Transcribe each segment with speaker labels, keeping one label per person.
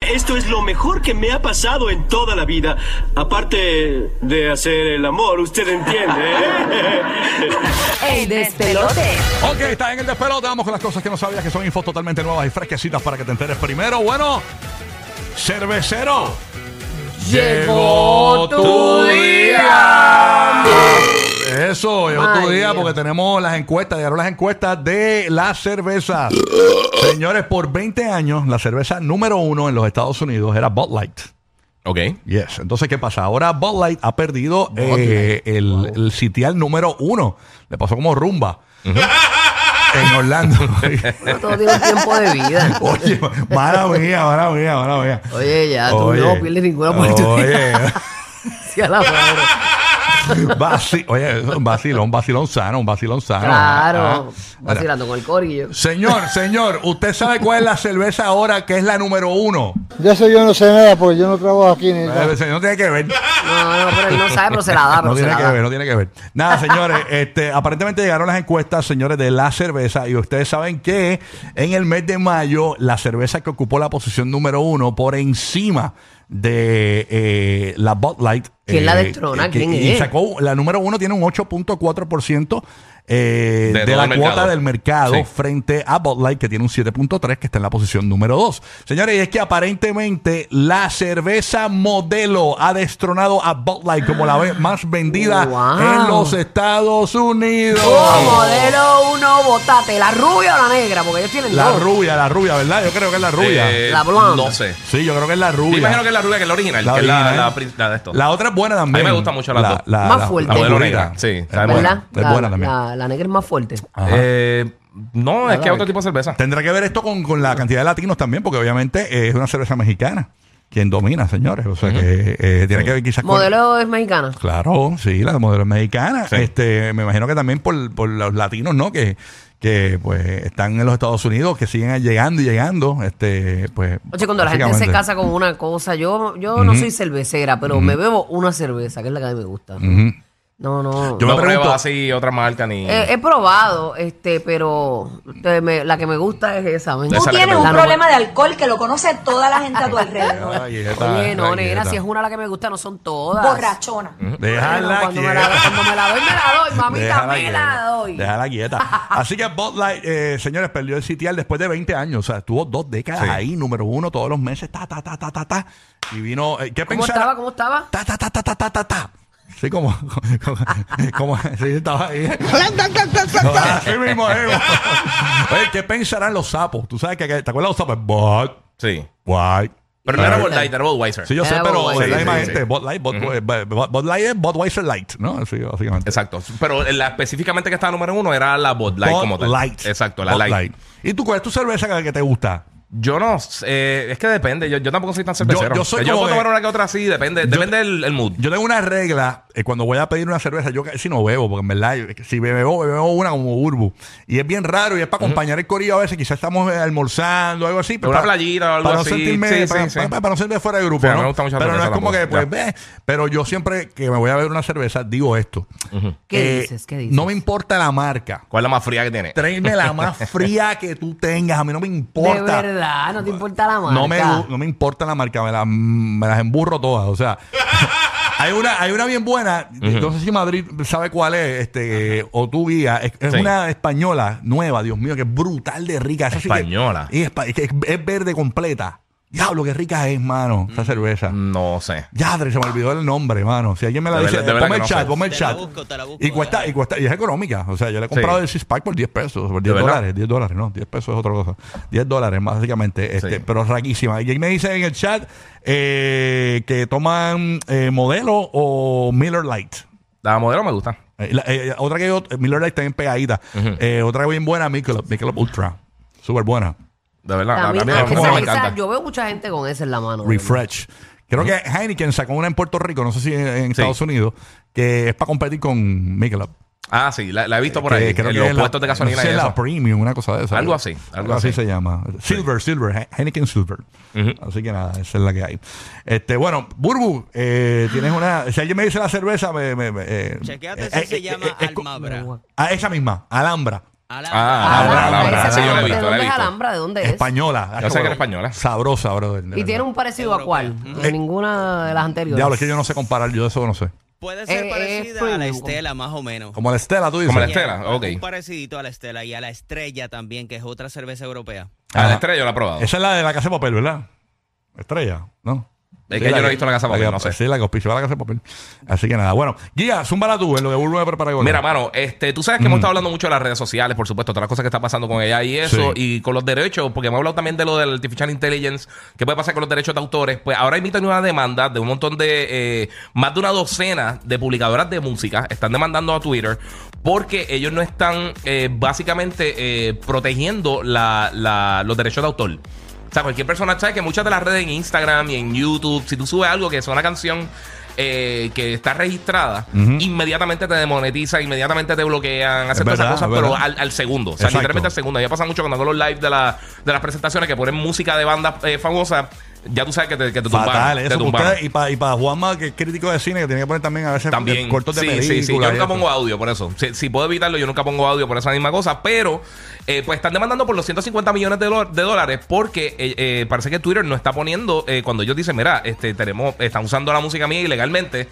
Speaker 1: Esto es lo mejor que me ha pasado en toda la vida. Aparte de hacer el amor, usted entiende, ¿eh?
Speaker 2: ¡Ey, despelote!
Speaker 3: Ok, está en el despelote. Vamos con las cosas que no sabías, que son infos totalmente nuevas y fresquecitas para que te enteres primero. Bueno, cervecero.
Speaker 2: Llegó tu
Speaker 3: día. Eso, llegó tu día porque tenemos las encuestas, llegaron las encuestas de la cerveza. Señores, por 20 años, la cerveza número uno en los Estados Unidos era Bud Light.
Speaker 4: Ok.
Speaker 3: Yes. Entonces, ¿qué pasa? Ahora Bud Light ha perdido eh, el, el sitial número uno. Le pasó como rumba. En Orlando.
Speaker 2: Todo tiene un tiempo de vida.
Speaker 3: Oye, mala mía, mala mía, mala mía.
Speaker 2: Oye, ya, tú no pierdes ninguna oportunidad.
Speaker 3: Oye.
Speaker 2: Sí, a la madre.
Speaker 3: Vaci- Oye, eso es un vacilón, un vacilón sano, un vacilón sano. Ah,
Speaker 2: Claro,
Speaker 3: ah.
Speaker 2: vacilando con el corillo.
Speaker 3: Señor, señor, ¿usted sabe cuál es la cerveza ahora que es la número uno?
Speaker 5: De eso yo no sé nada porque yo no trabajo aquí en el...
Speaker 3: El señor tiene que ver.
Speaker 2: No, no, pero él no sabe, pero se la da, pero
Speaker 3: No
Speaker 2: se
Speaker 3: tiene
Speaker 2: la
Speaker 3: que
Speaker 2: da.
Speaker 3: ver, no tiene que ver. Nada, señores, este, aparentemente llegaron las encuestas, señores, de la cerveza y ustedes saben que en el mes de mayo la cerveza que ocupó la posición número uno por encima de eh, la Bud Light.
Speaker 2: ¿Quién
Speaker 3: eh,
Speaker 2: la destrona?
Speaker 3: que-
Speaker 2: ¿Quién
Speaker 3: y
Speaker 2: es?
Speaker 3: sacó, la número uno tiene un 8.4% eh,
Speaker 4: De
Speaker 3: de,
Speaker 4: todo
Speaker 3: la
Speaker 4: el
Speaker 3: cuota
Speaker 4: mercado.
Speaker 3: del mercado
Speaker 4: Sí.
Speaker 3: frente a Bud Light que tiene un 7.3 que está en la posición número 2. Señores, y es que aparentemente la cerveza modelo ha destronado a Bud Light como la ve- más vendida
Speaker 2: Wow.
Speaker 3: en los Estados Unidos.
Speaker 2: Oh, modelo uno, botate. ¿La rubia o la negra? Porque ellos tienen
Speaker 3: La
Speaker 2: dos.
Speaker 3: rubia, la rubia, ¿verdad? Yo creo que es la rubia.
Speaker 4: Eh,
Speaker 2: La blonde.
Speaker 4: No sé.
Speaker 3: sí, yo creo que es la
Speaker 4: Yo
Speaker 3: rubia.
Speaker 4: imagino que es la rubia que es la original. que es la-
Speaker 3: original.
Speaker 4: la pri- la de esto.
Speaker 3: La otra es buena también.
Speaker 4: A mí me gusta mucho las dos.
Speaker 2: Más fuerte.
Speaker 4: modelo
Speaker 3: oscurita.
Speaker 4: negra, sí,
Speaker 3: Es
Speaker 4: sabe
Speaker 3: buena,
Speaker 2: ¿Verdad?
Speaker 3: es
Speaker 2: la,
Speaker 3: buena también.
Speaker 2: la- la negra es más fuerte.
Speaker 3: Ajá.
Speaker 4: Eh, no, es que es otro tipo de cerveza.
Speaker 3: Tendrá que ver esto con, con la cantidad de latinos también, porque obviamente eh, es una cerveza mexicana quien domina, señores. O sea que eh, tiene que ver quizás con-
Speaker 2: Modelo es mexicana.
Speaker 3: Claro, sí, la modelo es mexicana.
Speaker 4: Sí.
Speaker 3: Este, me imagino que también por, por los latinos, ¿no? Que, que pues están en los Estados Unidos, que siguen llegando y llegando. Este, pues.
Speaker 2: Oye, cuando la gente se
Speaker 3: básicamente.
Speaker 2: casa con una cosa, yo, yo no soy cervecera, pero me bebo una cerveza, que es la que a mí me gusta. No, no.
Speaker 3: Yo
Speaker 4: no
Speaker 3: me
Speaker 4: pruebo
Speaker 3: pregunto-
Speaker 4: así otra marca ni.
Speaker 2: He, he probado, este, pero este, me- la que me gusta es esa. ¿me
Speaker 6: Tú
Speaker 2: entiendes?
Speaker 4: Esa es la que
Speaker 6: tienes
Speaker 4: me
Speaker 6: un
Speaker 2: gusta.
Speaker 6: problema de alcohol que lo conoce toda la gente a tu alrededor.
Speaker 3: Ay, esta-
Speaker 2: Oye, no,
Speaker 3: ay,
Speaker 2: nena,
Speaker 3: esta.
Speaker 2: si es una la que me gusta, no son todas.
Speaker 6: Borrachona.
Speaker 3: Déjala
Speaker 2: Cuando me, la,
Speaker 3: quieta.
Speaker 2: cuando me la doy, me la doy, mamita,
Speaker 3: Déjala
Speaker 2: me la
Speaker 3: quieta.
Speaker 2: doy.
Speaker 3: Déjala quieta. Así que Bud Light, eh, señores, perdió el sitial después de 20 años. O sea, estuvo dos décadas
Speaker 4: Sí.
Speaker 3: ahí, número uno, todos los meses, ta, ta, ta, ta, ta, ta. Y vino, eh, ¿qué
Speaker 2: ¿Cómo
Speaker 3: pensaba?
Speaker 2: estaba? ¿Cómo estaba?
Speaker 3: Ta, ta, ta, ta, ta, ta, ta, ta. Sí, como, como, como- sí, estaba ahí. No, así mismo, eh. Oye, ¿qué pensarán los sapos? Tú sabes que, que- ¿te acuerdas de los sapos? Bud,
Speaker 4: Sí.
Speaker 3: White.
Speaker 4: Pero no era Bud Light, era Budweiser.
Speaker 3: Sí, yo sé,
Speaker 2: Era
Speaker 3: pero
Speaker 2: Budweiser.
Speaker 3: es la
Speaker 4: Sí,
Speaker 3: misma
Speaker 4: sí,
Speaker 3: gente.
Speaker 4: sí.
Speaker 3: Bud Light, Bud, Bud- Bud- Bud Light es Budweiser Light, ¿no? Sí, básicamente.
Speaker 4: Exacto. Pero la específicamente que estaba número uno era la Bud Light
Speaker 3: Bud
Speaker 4: como tal.
Speaker 3: Light.
Speaker 4: Exacto, la
Speaker 3: Bud
Speaker 4: light.
Speaker 3: ¿Y tú cuál es tu cerveza que- que te gusta?
Speaker 4: Yo no, eh, es que depende. Yo, yo tampoco soy tan cervecero.
Speaker 3: yo soy
Speaker 4: yo
Speaker 3: como
Speaker 4: puedo
Speaker 3: de-
Speaker 4: tomar una que otra así, depende, depende del el mood.
Speaker 3: Yo tengo una regla eh, cuando voy a pedir una cerveza, yo casi no bebo, porque en verdad, yo- si bebo, bebo una como urbu. Y es bien raro y es para acompañar el corillo a veces, quizás estamos eh, almorzando o algo así. pero
Speaker 4: Una
Speaker 3: para-
Speaker 4: playita o algo
Speaker 3: para no
Speaker 4: así.
Speaker 3: sentirme,
Speaker 4: Sí, sí,
Speaker 3: para,
Speaker 4: sí.
Speaker 3: para- para no sentirme fuera de grupo.
Speaker 4: Sí, a mí
Speaker 3: ¿no?
Speaker 4: me gusta mucho la
Speaker 3: pero no es
Speaker 4: cerveza
Speaker 3: como que,
Speaker 4: tampoco,
Speaker 3: pues, ve, pero yo siempre que me voy a beber una cerveza, digo esto.
Speaker 2: ¿Qué
Speaker 3: Eh,
Speaker 2: dices? ¿Qué dices?
Speaker 3: No me importa la marca.
Speaker 4: ¿Cuál es la más fría que tiene?
Speaker 3: Tráeme la más fría que tú tengas, a mí no me importa.
Speaker 2: De verdad, no te importa la marca.
Speaker 3: No me, gu- no me importa la marca, me, la- me las emburro todas. O sea, hay una, hay una bien buena, eh, no sé si Madrid sabe cuál es, este, o tu guía. Es, es
Speaker 4: Sí.
Speaker 3: una española nueva, Dios mío, que es brutal de rica. Esa sí que-
Speaker 4: Española.
Speaker 3: y es, pa- es que es verde completa. Diablo, qué rica es, mano,
Speaker 4: Mm.
Speaker 3: esa cerveza.
Speaker 4: No sé.
Speaker 3: Yadre, se me olvidó el nombre, mano. Si alguien me la
Speaker 4: De
Speaker 3: dice,
Speaker 4: verdad- de
Speaker 3: eh,
Speaker 4: verdad
Speaker 3: ponme
Speaker 4: que
Speaker 3: el
Speaker 4: no
Speaker 3: chat,
Speaker 4: sé.
Speaker 3: ponme el chat. y cuesta, y cuesta, y es económica. O sea, yo le he comprado
Speaker 4: Sí.
Speaker 3: el six pack por 10 pesos, por 10
Speaker 4: verdad?
Speaker 3: dólares, 10 dólares, no, 10 pesos es otra cosa. 10 dólares, básicamente, este,
Speaker 4: Sí.
Speaker 3: pero raquísima. Y ahí me dice en el chat eh, que toman eh, modelo o Miller Light.
Speaker 4: La modelo me gusta.
Speaker 3: Eh, la- eh, otra que yo, Miller Light también pegadita. Eh, otra bien buena, Michelob, Michelob Ultra. Súper buena.
Speaker 4: De verdad.
Speaker 2: La
Speaker 4: La,
Speaker 2: mí-
Speaker 4: la,
Speaker 2: ah,
Speaker 4: mía
Speaker 2: que
Speaker 4: como
Speaker 2: esa-
Speaker 4: me
Speaker 2: esa-
Speaker 4: encanta.
Speaker 2: yo veo mucha gente con esa en la mano.
Speaker 3: Refresh. Creo que Heineken sacó una en Puerto Rico, no sé si en, en Estados Unidos, que es para competir con Michelob.
Speaker 4: Ah, sí, la, la he visto por ahí.
Speaker 3: Que creo
Speaker 4: en
Speaker 3: que
Speaker 4: los
Speaker 3: es la-
Speaker 4: puestos de gasolina
Speaker 3: no sé,
Speaker 4: y
Speaker 3: la
Speaker 4: eso.
Speaker 3: premium, una cosa de esa.
Speaker 4: Algo así, algo así.
Speaker 3: se llama. Silver, Silver, He- Heineken Silver. Así que nada, esa es la que hay. Este, bueno, Burbu, eh, tienes una. Si alguien me dice la cerveza, me. me, me, eh,
Speaker 7: Chequéate
Speaker 3: eh,
Speaker 7: si
Speaker 3: eh,
Speaker 7: se
Speaker 3: eh,
Speaker 7: llama
Speaker 3: eh, es co-
Speaker 7: Almabra.
Speaker 3: Ah, esa misma, Alhambra.
Speaker 4: Ah,
Speaker 3: Alhambra,
Speaker 2: Alhambra,
Speaker 3: Alhambra,
Speaker 2: esa
Speaker 3: sí, yo la he
Speaker 2: Alhambra. ¿De
Speaker 4: visto, la he
Speaker 2: dónde es
Speaker 4: visto.
Speaker 2: Alhambra? ¿De dónde es?
Speaker 3: Española.
Speaker 4: Yo sé que
Speaker 3: era
Speaker 4: era española.
Speaker 3: Sabrosa, bro.
Speaker 2: Y tiene un parecido a cuál? De
Speaker 3: Eh,
Speaker 2: ninguna de las anteriores.
Speaker 3: Diablo, es que yo no sé comparar, yo de eso no sé.
Speaker 7: Puede ser
Speaker 2: Eh, eh,
Speaker 7: parecida a la
Speaker 2: Premium.
Speaker 7: estela, más o menos.
Speaker 3: Como la Estela, tú dices.
Speaker 4: Como la
Speaker 7: Yeah,
Speaker 4: Estela, ok.
Speaker 7: Un parecidito a la estela y a la estrella también, que es otra cerveza europea.
Speaker 4: A
Speaker 3: Ajá.
Speaker 4: la estrella yo la he probado.
Speaker 3: Esa es la de la casa de papel, ¿verdad? Estrella, ¿no?
Speaker 4: Es que yo no he visto la Casa de Papel,
Speaker 3: que-
Speaker 4: no sé.
Speaker 3: Sí, la que auspició la casa de papel. Así que nada, bueno. Giga, zúmbala tú, en lo de Burbu me preparé con-
Speaker 4: Mira, mano, este, tú sabes
Speaker 3: Mm.
Speaker 4: que hemos estado hablando mucho de las redes sociales, por supuesto, todas las cosas que están pasando con ella y eso, y con los derechos, porque hemos hablado también de lo del artificial intelligence, que puede pasar con los derechos de autores. Pues ahora emiten una demanda de un montón de, eh, más de una docena de publicadoras de música, están demandando a Twitter porque ellos no están eh, básicamente eh, protegiendo la- la- los derechos de autor. O sea, cualquier persona sabe que muchas de las redes en Instagram y en YouTube, si tú subes algo que es una canción eh, que está registrada, inmediatamente te demonetiza, inmediatamente te bloquean, hacen todas
Speaker 3: verdad,
Speaker 4: esas cosas,
Speaker 3: es
Speaker 4: pero
Speaker 3: verdad.
Speaker 4: al, al segundo. O sea,
Speaker 3: Exacto.
Speaker 4: literalmente al segundo. Ya pasa mucho cuando hago los live de, la- de las presentaciones que ponen música de bandas eh, famosas, ya tú sabes que te, que te tumbaron.
Speaker 3: Fatal,
Speaker 4: te
Speaker 3: eso para
Speaker 4: tumbaron.
Speaker 3: ustedes. Y para Juanma, que es crítico de cine, que tiene que poner también a veces
Speaker 4: También.
Speaker 3: de- cortos de
Speaker 4: sí,
Speaker 3: películas.
Speaker 4: sí, sí. Yo
Speaker 3: y
Speaker 4: nunca
Speaker 3: eso.
Speaker 4: pongo audio por eso. Si, si puedo evitarlo, yo nunca pongo audio por esa misma cosa. Pero, eh, pues están demandando por los 150 millones de, dola- de dólares porque eh, eh, parece que Twitter no está poniendo, eh, cuando ellos dicen, mira, este, tenemos, están usando la música mía ilegalmente.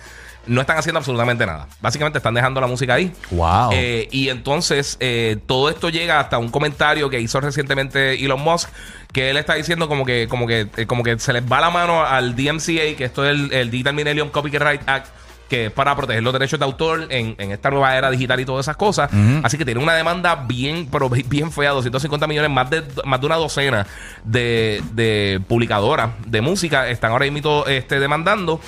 Speaker 4: No están haciendo absolutamente nada. Básicamente están dejando la música ahí.
Speaker 3: Wow.
Speaker 4: Eh, y entonces eh, todo esto llega hasta un comentario que hizo recientemente Elon Musk que él está diciendo como que como que eh, como que se les va la mano al DMCA que esto es el, el Digital Millennium Copyright Act que es para proteger los derechos de autor en, en esta nueva era digital y todas esas cosas. Así que tiene una demanda bien, pero bi- bien fea, 250 millones, más de, más de una docena de, de publicadoras de música están ahora mismo este, demandando.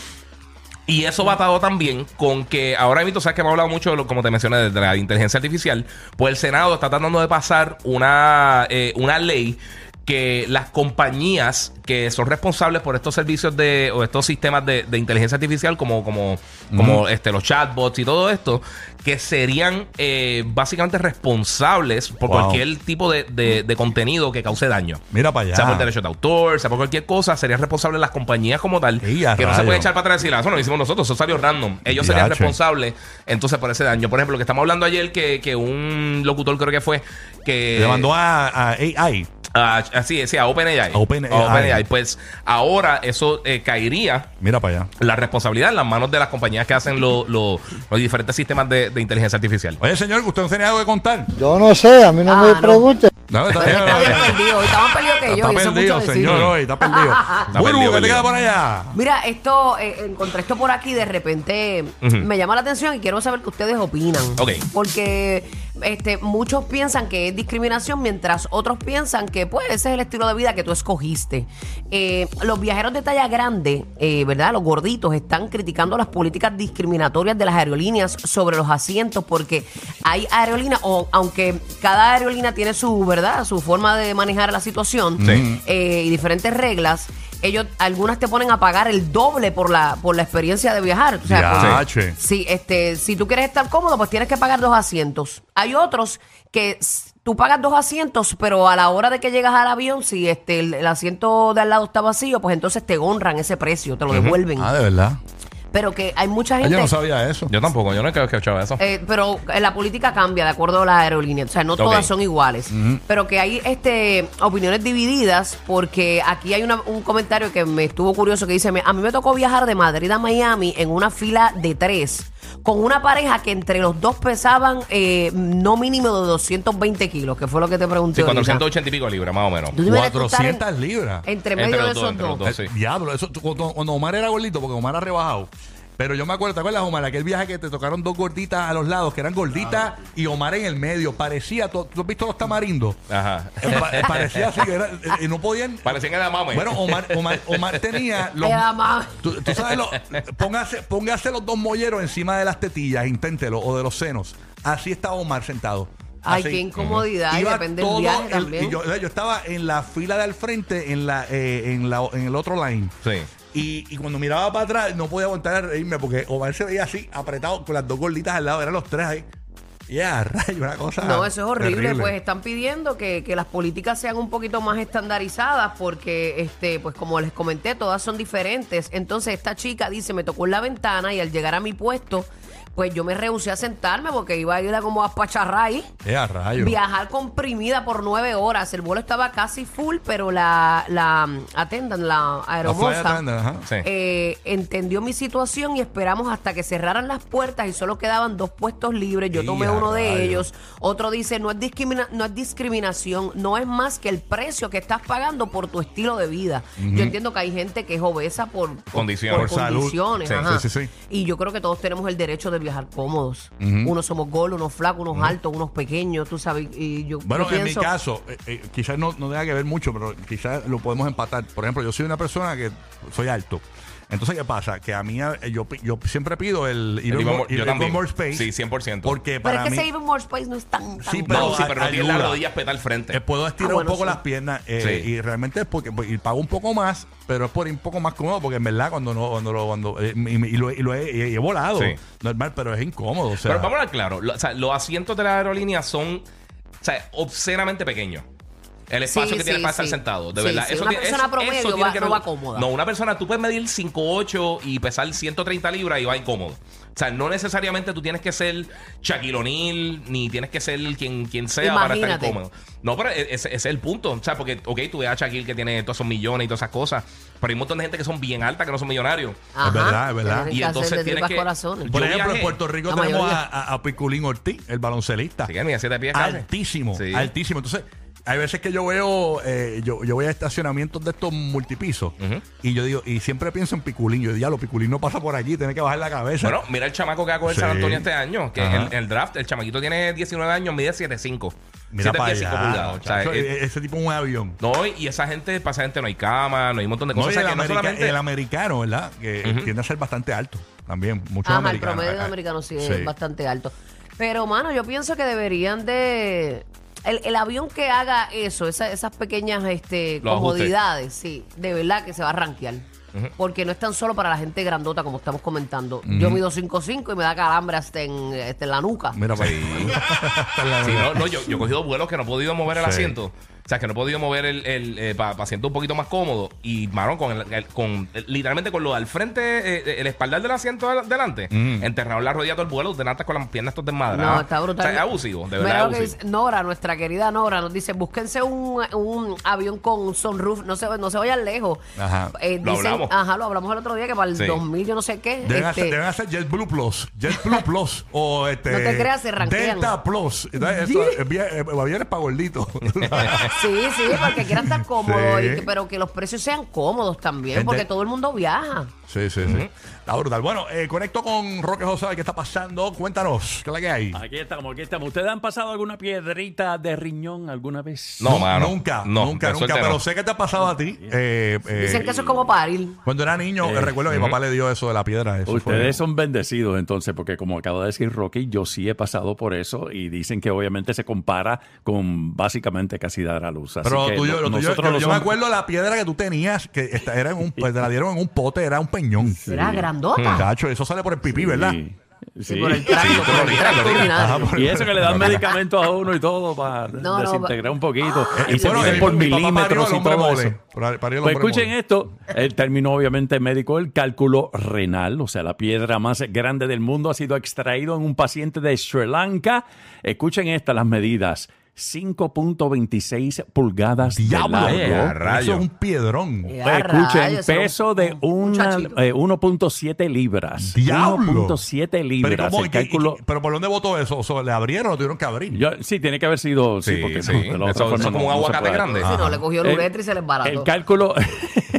Speaker 4: Y eso va atado también con que ahora mismo, sabes que hemos hablado mucho, de lo- como te mencioné, de la inteligencia artificial, pues el Senado está tratando de pasar una, eh, una ley que las compañías que son responsables por estos servicios de o estos sistemas de, de inteligencia artificial como como como este los chatbots y todo esto que serían eh, básicamente responsables por
Speaker 3: Wow.
Speaker 4: cualquier tipo de, de- de contenido que cause daño
Speaker 3: Mira para allá.
Speaker 4: sea por derechos de autor, sea por cualquier cosa, serían responsables las compañías como tal.
Speaker 3: Y a
Speaker 4: que no se
Speaker 3: rayos.
Speaker 4: puede echar para atrás y decir, "Ah, eso no lo hicimos nosotros, eso salió random. Ellos serían
Speaker 3: Yache.
Speaker 4: responsables entonces por ese daño. Por ejemplo, que estamos hablando ayer que, que un locutor creo que fue que...
Speaker 3: Le mandó a, a AI.
Speaker 4: a- Así decía, a OpenAI.
Speaker 3: A OpenAI.
Speaker 4: OpenAI. Pues ahora eso eh, caería
Speaker 3: Mira para allá.
Speaker 4: la responsabilidad en las manos de las compañías que hacen lo- lo- los diferentes sistemas de, de inteligencia artificial.
Speaker 3: Oye, señor, que usted no tiene algo que contar.
Speaker 5: Yo no sé, a mí no
Speaker 2: Ah,
Speaker 5: me
Speaker 2: no.
Speaker 5: pregunten.
Speaker 3: No, está,
Speaker 2: Pero está bien perdido, hoy está más perdido que yo.
Speaker 3: Está
Speaker 2: y eso es
Speaker 3: perdido,
Speaker 2: mucho decir.
Speaker 3: señor, hoy. Está perdido. Burbu,
Speaker 4: perdido,
Speaker 3: que te queda
Speaker 4: perdido.
Speaker 3: por allá.
Speaker 2: Mira, esto, eh, encontré esto por aquí, de repente me llama la atención y quiero saber qué ustedes opinan.
Speaker 4: Ok.
Speaker 2: Porque este, muchos piensan que es discriminación, mientras otros piensan que pues ese es el estilo de vida que tú escogiste. Eh, los viajeros de talla grande, eh, ¿verdad? Los gorditos están criticando las políticas discriminatorias de las aerolíneas sobre los asientos porque hay aerolíneas, o aunque cada aerolínea tiene su, ¿verdad? Su forma de manejar la situación
Speaker 4: Sí.
Speaker 2: eh, y diferentes reglas, ellos algunas te ponen a pagar el doble por la por la experiencia de viajar. O sea, por-
Speaker 3: Yache.
Speaker 2: si este si tú quieres estar cómodo, pues tienes que pagar dos asientos. Hay otros que s- tú pagas dos asientos, pero a la hora de que llegas al avión, si este el, el asiento de al lado está vacío, pues entonces te honran ese precio, te lo devuelven.
Speaker 3: Ah, de verdad.
Speaker 2: Pero que hay mucha
Speaker 3: Ah,
Speaker 2: gente
Speaker 3: Yo no sabía eso.
Speaker 4: Yo tampoco, yo no creo que he escuchado eso.
Speaker 2: eh, pero la política cambia de acuerdo a las aerolíneas, o sea, no todas
Speaker 4: Ok.
Speaker 2: son iguales, pero que hay este opiniones divididas porque aquí hay una- un comentario que me estuvo curioso que dice, "Me- a mí me tocó viajar de Madrid a Miami en una fila de tres con una pareja que entre los dos pesaban eh, no mínimo de 220 kilos, que fue lo que te pregunté.
Speaker 4: Sí,
Speaker 2: ahorita.
Speaker 4: 480 y pico libras, más o menos.
Speaker 2: Tú tienes que estar en-
Speaker 3: 400 libras.
Speaker 2: Entre
Speaker 4: Entre
Speaker 2: medio
Speaker 4: los
Speaker 2: de
Speaker 4: dos,
Speaker 2: esos
Speaker 4: entre los
Speaker 2: dos.
Speaker 4: dos, sí.
Speaker 3: Diablo, eso, tú- cuando, cuando Omar era gordito, porque Omar ha rebajado. Pero yo me acuerdo, ¿te acuerdas, Omar? Aquel viaje que te tocaron dos gorditas a los lados, que eran gorditas y Omar en el medio. Parecía, ¿tú, tú has visto los tamarindos?
Speaker 4: Ajá.
Speaker 3: Eh, pa- eh, parecía así, era- eh, eh, no podían...
Speaker 4: Parecían edamame.
Speaker 3: Bueno, Omar, Omar, Omar tenía los...
Speaker 2: Edamame.
Speaker 3: Tú, tú sabes, lo- póngase, póngase los dos molleros encima de las tetillas, inténtelo, o de los senos. Así estaba Omar sentado.
Speaker 2: Ay,
Speaker 3: Así.
Speaker 2: qué incomodidad, y
Speaker 3: Iba
Speaker 2: depende del
Speaker 3: todo
Speaker 2: viaje
Speaker 3: el-
Speaker 2: también.
Speaker 3: y yo, yo estaba en la fila del frente, en la, eh, en la en el otro line.
Speaker 4: Sí.
Speaker 3: Y, y cuando miraba para atrás, no podía aguantar a reírme porque Omar se veía así, apretado, con las dos gorditas al lado, eran los tres ahí. Ya, rayo, una cosa.
Speaker 2: No, eso es horrible.
Speaker 3: terrible.
Speaker 2: Pues están pidiendo que, que las políticas sean un poquito más estandarizadas porque, este, pues como les comenté, todas son diferentes. Entonces esta chica dice, me tocó en la ventana y al llegar a mi puesto, pues yo me rehusé a sentarme porque iba a ir a como a pacharrar ahí.
Speaker 3: Ya, rayo.
Speaker 2: Viajar comprimida por nueve horas. El vuelo estaba casi full, pero la, la mm, atendan, la
Speaker 3: La flight
Speaker 2: aeromoza.
Speaker 3: attendant, ajá.
Speaker 4: Sí.
Speaker 2: Eh, entendió mi situación y esperamos hasta que cerraran las puertas y solo quedaban dos puestos libres. Yo
Speaker 3: ¡Ya,
Speaker 2: tomé uno
Speaker 3: rayo!
Speaker 2: de ellos. Otro dice, no es, discrimina- no es discriminación, no es más que el precio que estás pagando por tu estilo de vida. Yo entiendo que hay gente que es obesa por, por-
Speaker 4: Condiciones.
Speaker 2: por
Speaker 3: Por salud.
Speaker 2: condiciones,
Speaker 4: Sí,
Speaker 2: ajá.
Speaker 3: sí, sí, sí.
Speaker 2: Y yo creo que todos tenemos el derecho de viajar cómodos. Unos somos gordos, unos flacos, unos altos, unos pequeños, tú sabes. Y yo
Speaker 3: Bueno,
Speaker 2: yo
Speaker 3: en mi
Speaker 2: pienso-
Speaker 3: caso, eh, eh, quizás no, no tenga que ver mucho, pero quizás lo podemos empatar. Por ejemplo, yo soy una persona que soy alto. Entonces, ¿qué pasa? Que a mí, eh, yo, pi- yo siempre pido el
Speaker 4: El
Speaker 3: even
Speaker 4: Even
Speaker 3: more-
Speaker 4: More- yo
Speaker 3: even
Speaker 4: también.
Speaker 3: more space.
Speaker 4: Sí, 100%.
Speaker 3: Porque
Speaker 2: Pero
Speaker 3: para
Speaker 2: es que
Speaker 3: mí
Speaker 2: ese Even More Space no es tan... tan
Speaker 3: Sí,
Speaker 4: No,
Speaker 3: pero
Speaker 4: sí, pero no tiene las
Speaker 3: ayuda.
Speaker 4: rodillas peta al frente.
Speaker 3: eh, puedo estirar
Speaker 2: Ah, bueno,
Speaker 3: un poco
Speaker 2: sí.
Speaker 3: las piernas eh,
Speaker 4: Sí.
Speaker 3: y realmente es porque pues, y pago un poco más, pero es por ir un poco más cómodo porque en verdad cuando no cuando lo cuando eh, y, y lo, he- y lo he, y he volado
Speaker 4: Sí.
Speaker 3: normal, pero es incómodo, o sea,
Speaker 4: Pero vamos a hablar claro. lo- o sea, los asientos de la aerolínea son o sea, obscenamente pequeños. El espacio
Speaker 2: Sí,
Speaker 4: que tiene
Speaker 2: sí,
Speaker 4: para estar
Speaker 2: sí.
Speaker 4: sentado, de
Speaker 2: Sí,
Speaker 4: verdad.
Speaker 2: sí, una
Speaker 4: tiene-
Speaker 2: persona promedio
Speaker 4: tiene
Speaker 2: va-
Speaker 4: que
Speaker 2: no va cómoda.
Speaker 4: No, una persona, tú puedes medir 5'8 y pesar 130 libras y va incómodo. O sea, no necesariamente tú tienes que ser Shaquille O'Neal, ni tienes que ser quien, quien sea para estar
Speaker 2: Imagínate.
Speaker 4: incómodo. No, pero e-, ese, ese es el punto. O sea, porque, ok, tú ves a Shaquille que tiene todos esos millones y todas esas cosas, pero hay un montón de gente que son bien altas, que no son millonarios.
Speaker 2: Ajá,
Speaker 3: Es verdad, es verdad.
Speaker 2: tienen
Speaker 4: Y
Speaker 2: que
Speaker 4: entonces
Speaker 2: hacer de
Speaker 4: tienes
Speaker 2: tripas
Speaker 4: que-
Speaker 2: corazones.
Speaker 3: por
Speaker 4: yo
Speaker 3: ejemplo,
Speaker 4: viajé.
Speaker 3: en Puerto Rico
Speaker 2: La
Speaker 3: tenemos a,
Speaker 2: mayoría.
Speaker 3: a, a Piculín Ortiz, el baloncelista.
Speaker 4: Así que mira, siete pies casi.
Speaker 3: altísimo,
Speaker 4: Sí.
Speaker 3: altísimo. Entonces, hay veces que yo veo, eh, yo, yo voy a estacionamientos de estos multipisos y yo digo, y siempre pienso en Piculín. Yo digo, lo Piculín no pasa por allí, tiene que bajar la cabeza.
Speaker 4: Bueno, mira el chamaco que va a coger
Speaker 3: Sí.
Speaker 4: San Antonio este año, que en
Speaker 3: Ajá.
Speaker 4: el, draft, el chamaquito tiene 19 años, mide 7'5.
Speaker 3: mira
Speaker 4: 7
Speaker 3: para
Speaker 4: pies, cinco
Speaker 3: allá,
Speaker 4: pulgadas. O sea,
Speaker 3: chacho,
Speaker 4: eh,
Speaker 3: e- ese tipo es un avión.
Speaker 4: no, y esa gente, para esa gente no hay cama, no hay un montón de
Speaker 3: No,
Speaker 4: cosas.
Speaker 3: y eh,
Speaker 4: O sea,
Speaker 3: el,
Speaker 4: que no
Speaker 3: america-
Speaker 4: solamente.
Speaker 3: el americano, ¿verdad? Que tiende a ser bastante alto también. Muchos
Speaker 2: Ajá, el
Speaker 3: americanos.
Speaker 2: promedio de
Speaker 3: Ah, ah,
Speaker 2: americanos sí,
Speaker 3: sí.
Speaker 2: es bastante alto. Pero, mano, yo pienso que deberían de... El, el avión que haga eso, esa- esas pequeñas este,
Speaker 4: Los ajustes.
Speaker 2: comodidades, sí, de verdad que se va a rankear. Porque no es tan solo para la gente grandota, como estamos comentando. Yo mido 5'5 y me da calambre hasta en, hasta en la nuca.
Speaker 3: Mira para allá.
Speaker 4: Sí, no, no, yo, yo he cogido vuelos que no he podido mover el
Speaker 3: Sí.
Speaker 4: asiento. O sea, que no he podido mover el, para asiento un poquito más cómodo. Y, mano, con, el- el- con eh, literalmente con lo al frente, eh, el espaldar del asiento al- delante,
Speaker 3: Mm.
Speaker 4: enterrado en la rodilla todo el vuelo, te natas con las piernas todas desmadradas.
Speaker 2: No, está brutal.
Speaker 4: O sea, es abusivo, de
Speaker 2: Mira
Speaker 4: verdad.
Speaker 2: lo que
Speaker 4: es abusivo.
Speaker 2: dice Nora, nuestra querida Nora, nos dice, búsquense un, un avión con sunroof, no se, no se vayan lejos. Eh,
Speaker 3: Ajá.
Speaker 4: Lo hablamos.
Speaker 2: Ajá, lo hablamos el otro día, que para el
Speaker 4: Sí.
Speaker 2: 2000 yo no sé qué.
Speaker 3: Deben,
Speaker 2: este,
Speaker 3: hacer, deben hacer JetBlue Plus, JetBlue Plus o este
Speaker 2: No te creas, se ranquean.
Speaker 3: Delta Plus. Entonces, eso, eh, vi- eh, aviones para gorditos.
Speaker 2: Sí, sí, porque quieran estar cómodos,
Speaker 3: Sí.
Speaker 2: y que- pero que los precios sean cómodos también,
Speaker 3: Gente-
Speaker 2: porque todo el mundo viaja.
Speaker 3: Sí, sí, sí. Está brutal. Bueno, eh, conecto con Roque José, ¿qué está pasando? Cuéntanos, ¿qué es la que hay?
Speaker 8: Aquí estamos, aquí estamos. ¿Ustedes han pasado alguna piedrita de riñón alguna vez?
Speaker 4: No, mano.
Speaker 3: nunca,
Speaker 4: No,
Speaker 3: nunca,
Speaker 4: de
Speaker 3: nunca.
Speaker 4: suerte
Speaker 3: Pero
Speaker 4: no.
Speaker 3: sé que te ha pasado a ti. Eh, eh,
Speaker 2: Dicen que eso es como parir.
Speaker 3: Cuando era niño, eh, recuerdo que mi papá le dio eso de la piedra. Eso
Speaker 8: Ustedes
Speaker 3: fue-
Speaker 8: son bendecidos entonces, porque como acaba de decir Rocky, yo sí he pasado por eso y dicen que obviamente se compara con básicamente casi dar a luz. Así
Speaker 3: Pero
Speaker 8: que
Speaker 3: tú, yo,
Speaker 8: no-
Speaker 3: lo tuyo-
Speaker 8: nosotros
Speaker 3: yo-
Speaker 8: los
Speaker 3: yo me
Speaker 8: hombres-
Speaker 3: acuerdo la piedra que tú tenías, que esta- era en un, pues, te la dieron en un pote, era un peñón.
Speaker 2: Era grandota.
Speaker 3: Cacho, eso sale por el pipí, ¿verdad?
Speaker 8: Sí.
Speaker 2: Sí,
Speaker 8: Sí.
Speaker 2: por el tracto, por el tracto urinario.
Speaker 3: Ajá, por-
Speaker 8: Y eso que le dan medicamentos a uno y todo para
Speaker 2: No, no,
Speaker 8: desintegrar
Speaker 2: va-
Speaker 8: un poquito.
Speaker 3: Eh,
Speaker 8: y se
Speaker 3: bueno,
Speaker 8: miden
Speaker 3: mi-
Speaker 8: por
Speaker 3: mi papá parió
Speaker 8: milímetros
Speaker 3: al
Speaker 8: y
Speaker 3: hombre
Speaker 8: todo
Speaker 3: mole.
Speaker 8: eso.
Speaker 3: Parió- parió al
Speaker 8: Pues
Speaker 3: hombre
Speaker 8: escuchen
Speaker 3: mole.
Speaker 8: esto, el término obviamente médico, el cálculo renal, o sea, la piedra más grande del mundo ha sido extraído en un paciente de Sri Lanka. Escuchen estas las medidas. 5.26 pulgadas
Speaker 3: Diablo,
Speaker 8: de
Speaker 4: Eh, a
Speaker 8: largo.
Speaker 4: rayo.
Speaker 3: Eso es un piedrón.
Speaker 2: Ya,
Speaker 8: Pues, Escuchen,
Speaker 2: rayos, era un-
Speaker 8: peso de
Speaker 2: un
Speaker 8: una-
Speaker 2: muchachito.
Speaker 8: eh, 1.7 libras.
Speaker 3: Diablo.
Speaker 8: 1.7 libras.
Speaker 3: Pero, ¿cómo-
Speaker 8: el
Speaker 3: qué-
Speaker 8: cálculo...
Speaker 3: qué- pero ¿por dónde votó eso? O sea, ¿Le abrieron o lo tuvieron que abrir?
Speaker 8: Yo- sí, tiene que haber sido. Sí,
Speaker 4: Sí,
Speaker 8: porque no,
Speaker 4: sí.
Speaker 8: de la
Speaker 4: Eso-
Speaker 8: otra
Speaker 4: eso
Speaker 8: forma
Speaker 4: es como
Speaker 8: no-
Speaker 4: un
Speaker 8: no se
Speaker 4: aguacate
Speaker 8: puede.
Speaker 4: grande.
Speaker 2: Si no, le cogió el
Speaker 8: El-
Speaker 2: uretra y se les
Speaker 8: Eh, El
Speaker 2: barató.
Speaker 8: cálculo,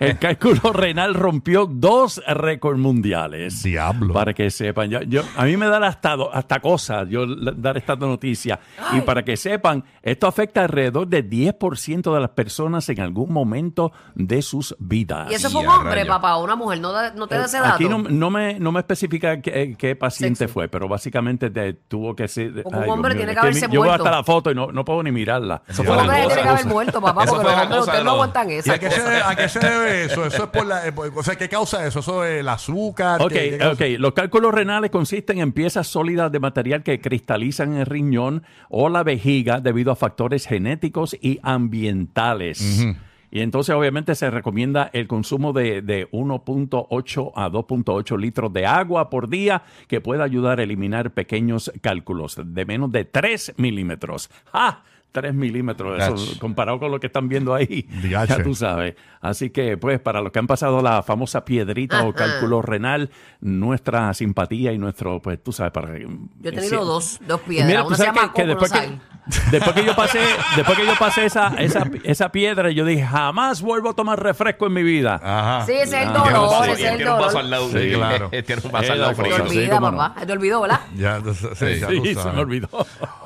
Speaker 8: el cálculo renal rompió dos récords mundiales.
Speaker 3: Diablo.
Speaker 8: Para que sepan, yo, yo- a mí me da hasta, do- hasta cosas yo la- dar esta noticia. Y para que sepan, esto afecta alrededor de 10% de las personas en algún momento de sus vidas.
Speaker 2: Y eso fue un
Speaker 4: Ya,
Speaker 2: hombre,
Speaker 4: rayo.
Speaker 2: papá, una mujer, no, da- no te da ese dato.
Speaker 8: Eh, Aquí no, no me, no me especifica qué, qué paciente
Speaker 2: Sexo.
Speaker 8: fue, pero básicamente te- tuvo que ser.
Speaker 2: Porque un
Speaker 8: Dios
Speaker 2: hombre
Speaker 8: mío,
Speaker 2: tiene
Speaker 8: es
Speaker 2: que haberse
Speaker 8: mi- Yo veo
Speaker 2: muerto.
Speaker 8: hasta la foto y no, no puedo ni mirarla.
Speaker 4: Eso
Speaker 2: Un
Speaker 4: fue la
Speaker 2: hombre
Speaker 4: cosa.
Speaker 2: tiene que haber muerto, papá,
Speaker 4: Eso
Speaker 2: porque
Speaker 4: fue
Speaker 2: los
Speaker 4: la
Speaker 2: hombres
Speaker 4: cosa
Speaker 2: ustedes no
Speaker 4: de los-
Speaker 2: aguantan
Speaker 4: y
Speaker 3: Y
Speaker 2: esa
Speaker 3: hay que
Speaker 2: cosa.
Speaker 3: ser, ¿A qué se debe eso? Eso es por la. eh, por- o sea, ¿qué causa eso? Eso es el azúcar.
Speaker 8: Ok, eh,
Speaker 3: ¿Qué- qué causa?
Speaker 8: ok. Los cálculos renales consisten en piezas sólidas de material que cristalizan en el riñón o la vejiga debido a factores genéticos y ambientales. Y entonces obviamente se recomienda el consumo de, de 1.8 a 2.8 litros de agua por día que puede ayudar a eliminar pequeños cálculos de menos de 3 milímetros. ¡Ja! 3 milímetros, eso,
Speaker 3: That's-
Speaker 8: comparado con lo que están viendo ahí.
Speaker 3: Diache.
Speaker 8: Ya tú sabes. Así que, pues, para los que han pasado la famosa piedrita
Speaker 2: Ah,
Speaker 8: o cálculo renal, nuestra simpatía y nuestro, pues, tú sabes, para.
Speaker 2: ah. Yo he tenido dos, dos
Speaker 8: Mira,
Speaker 2: piedras.
Speaker 8: tú
Speaker 2: Una se
Speaker 8: sabes
Speaker 2: llama
Speaker 8: que, que
Speaker 2: Coco,
Speaker 8: después,
Speaker 2: no
Speaker 8: que, después que yo pasé, después que yo pasé esa, esa, esa piedra, yo dije, jamás vuelvo a tomar refresco en mi vida.
Speaker 3: Ajá.
Speaker 2: Sí, ese es el
Speaker 8: Ah,
Speaker 2: dolor,
Speaker 8: sí,
Speaker 2: ese es el
Speaker 4: Tiene un vaso al
Speaker 2: dolor.
Speaker 4: lado.
Speaker 3: Sí, claro.
Speaker 4: Tiene un vaso
Speaker 8: Es
Speaker 4: al
Speaker 8: la
Speaker 4: lado.
Speaker 2: Te
Speaker 8: cosa.
Speaker 4: frío.
Speaker 8: Sí,
Speaker 2: olvida,
Speaker 8: cómo no.
Speaker 2: papá. Te olvidó, ¿verdad?
Speaker 3: Ya, sí, ya tú
Speaker 8: Sí, se
Speaker 3: sabes.
Speaker 8: me olvidó.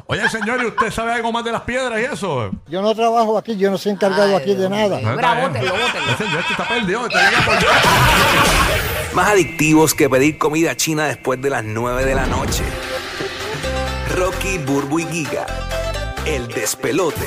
Speaker 3: Oye, señor, ¿y usted sabe algo más de las piedras y eso?
Speaker 5: Yo no trabajo aquí, yo no soy encargado
Speaker 2: Ay,
Speaker 5: aquí de
Speaker 2: Dios
Speaker 5: nada.
Speaker 2: mío. Mira, bótelo, bótelo.
Speaker 3: Ese señor este está perdido. Este llega por-
Speaker 9: Más adictivos que pedir comida china después de las 9 de la noche. Rocky, Burbu y Giga. El despelote.